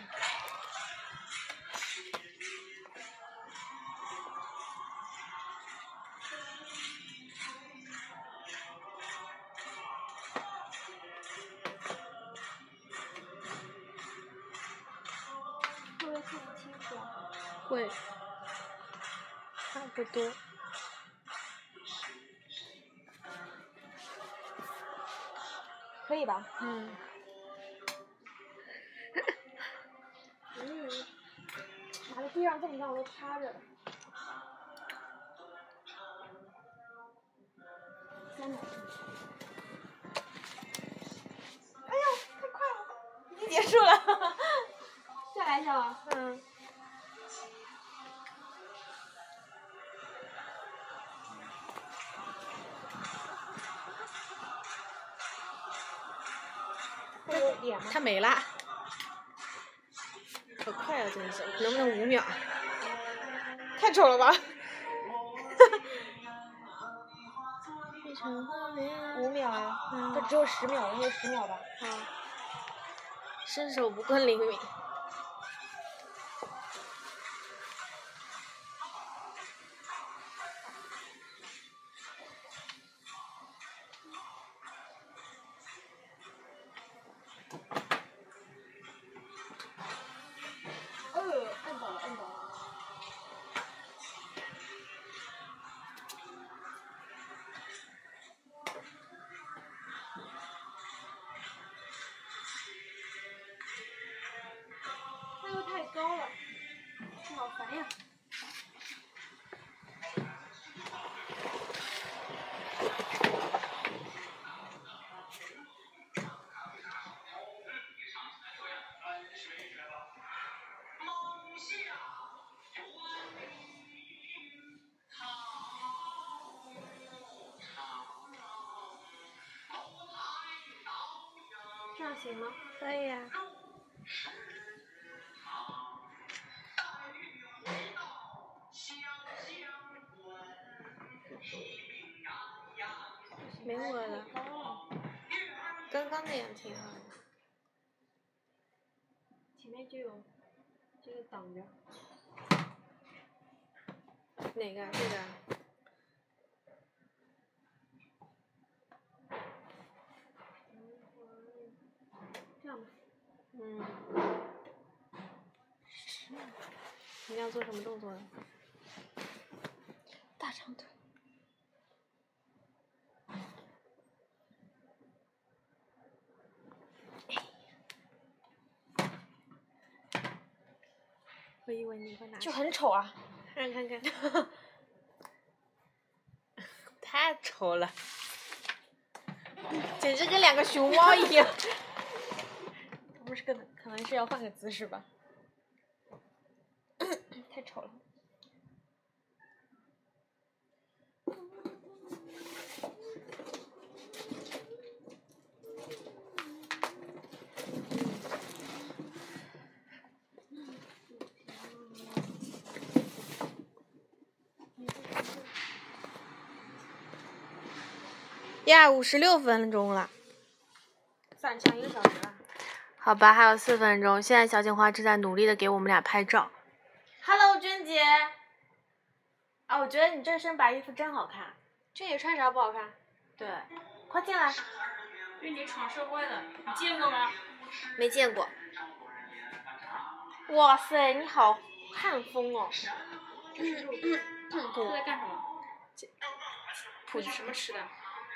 会不会看不清楚啊？会，差不多。可以吧？嗯，嗯，妈的，地上这么脏，我都趴着了。天哪！哎呦，太快了，已经结束了。再来一下吧。嗯。会有脸吗？它没啦，可快了，真是，能不能五秒？太丑了吧！五秒啊，它只有十秒，我们有十秒吧。身手不够灵敏。呃，按倒了，按倒了。那又太高了，好烦呀！这样行吗？可以啊。没我了，刚刚那样挺好的。啊前面就有，就是挡着。啊哪个？这个啊？嗯你要做什么动作呢？大长腿。我以为你会拿就很丑 啊！看看看， 太丑了，简直跟两个熊猫哎 一样。我们是可能可能是要换个姿势吧，太丑了。呀，五十六分钟了。算上一个小时了。好吧，还有四分钟。现在小锦花正在努力的给我们俩拍照。Hello，娟姐。啊，我觉得你这身白衣服真好看。这也穿啥不好看？对，快进来。为你闯社会了，你见过吗？没见过。哇塞，你好汉风哦。都在干什么？土是什么吃的？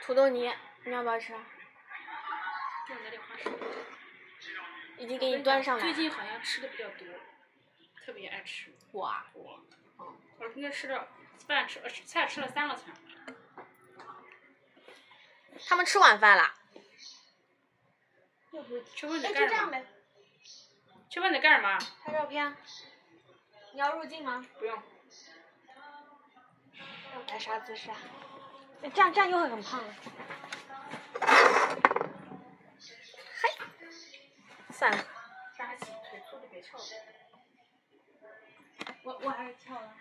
土豆泥，你要不要吃？给我来点花生。已经给你端上来最了。近好像吃的比较多，特别爱吃。我啊，我，嗯，我今天吃了饭吃呃菜吃了三个餐，他们吃晚饭了。要不去问你哎，就干这什样么？呗，去问你干什么？ 拍照片。你要入镜吗？不用，要摆啥姿势啊？哎这样这样又会很胖了。算了，扎起腿裤子别翘着。我我还是跳了。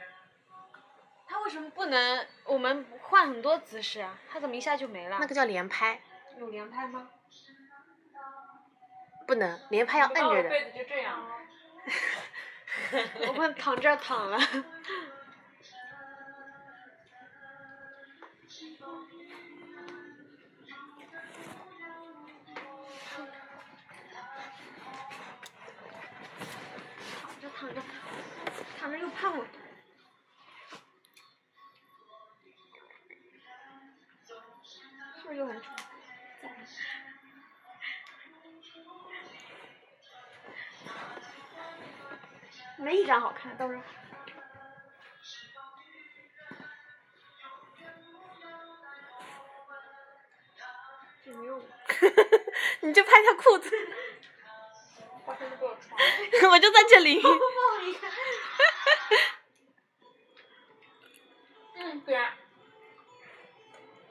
他为什么不能？我们换很多姿势啊，他怎么一下就没了？那个叫连拍，有连拍吗？不能连拍要摁着的。被子就这样。我们躺这儿躺了。躺着躺着，躺着又胖了。是不是又很丑？没一张好看，到时候。这没用，你就拍条裤子，花生都给我穿。 我就在这里。嗯，不啊然，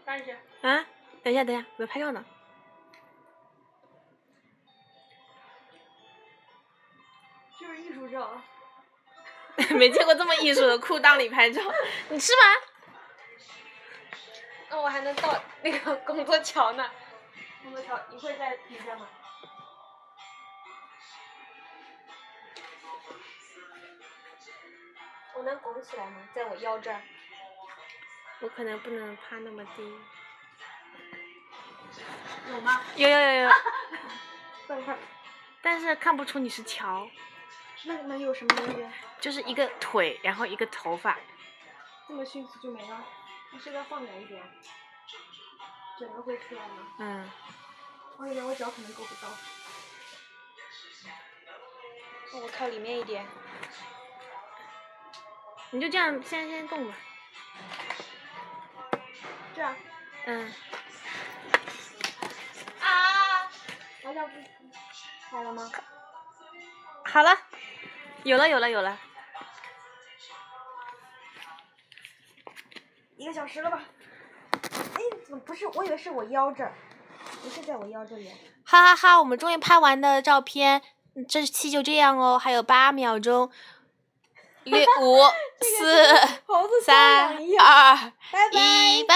翻一下。啊，等一下，等一下，我要拍照呢。就是艺术照。啊没见过这么艺术的裤裆里拍照，你吃吗？哦那我还能到那个工作桥呢。工作桥，你会在 B 站吗？我能拱起来吗？在我腰这儿。我可能不能趴那么低。有吗？有有有有，快快，但是看不出你是乔，那能有什么东西？就是一个腿，然后一个头发。这么迅速就没了？你是不是要放远一点？整个会出来吗？嗯，我以为我脚可能够不到。我靠，里面一点。你就这样，现在先动吧。这样。嗯，啊！我要不来了吗？好了，有了有了有了，一个小时了吧？哎，怎么不是？我以为是我腰这儿，不是在我腰这里。啊哈哈哈！我们终于拍完的照片，嗯这期就这样哦，还有八秒钟，六五四 猴子三像一样。二拜拜一，拜。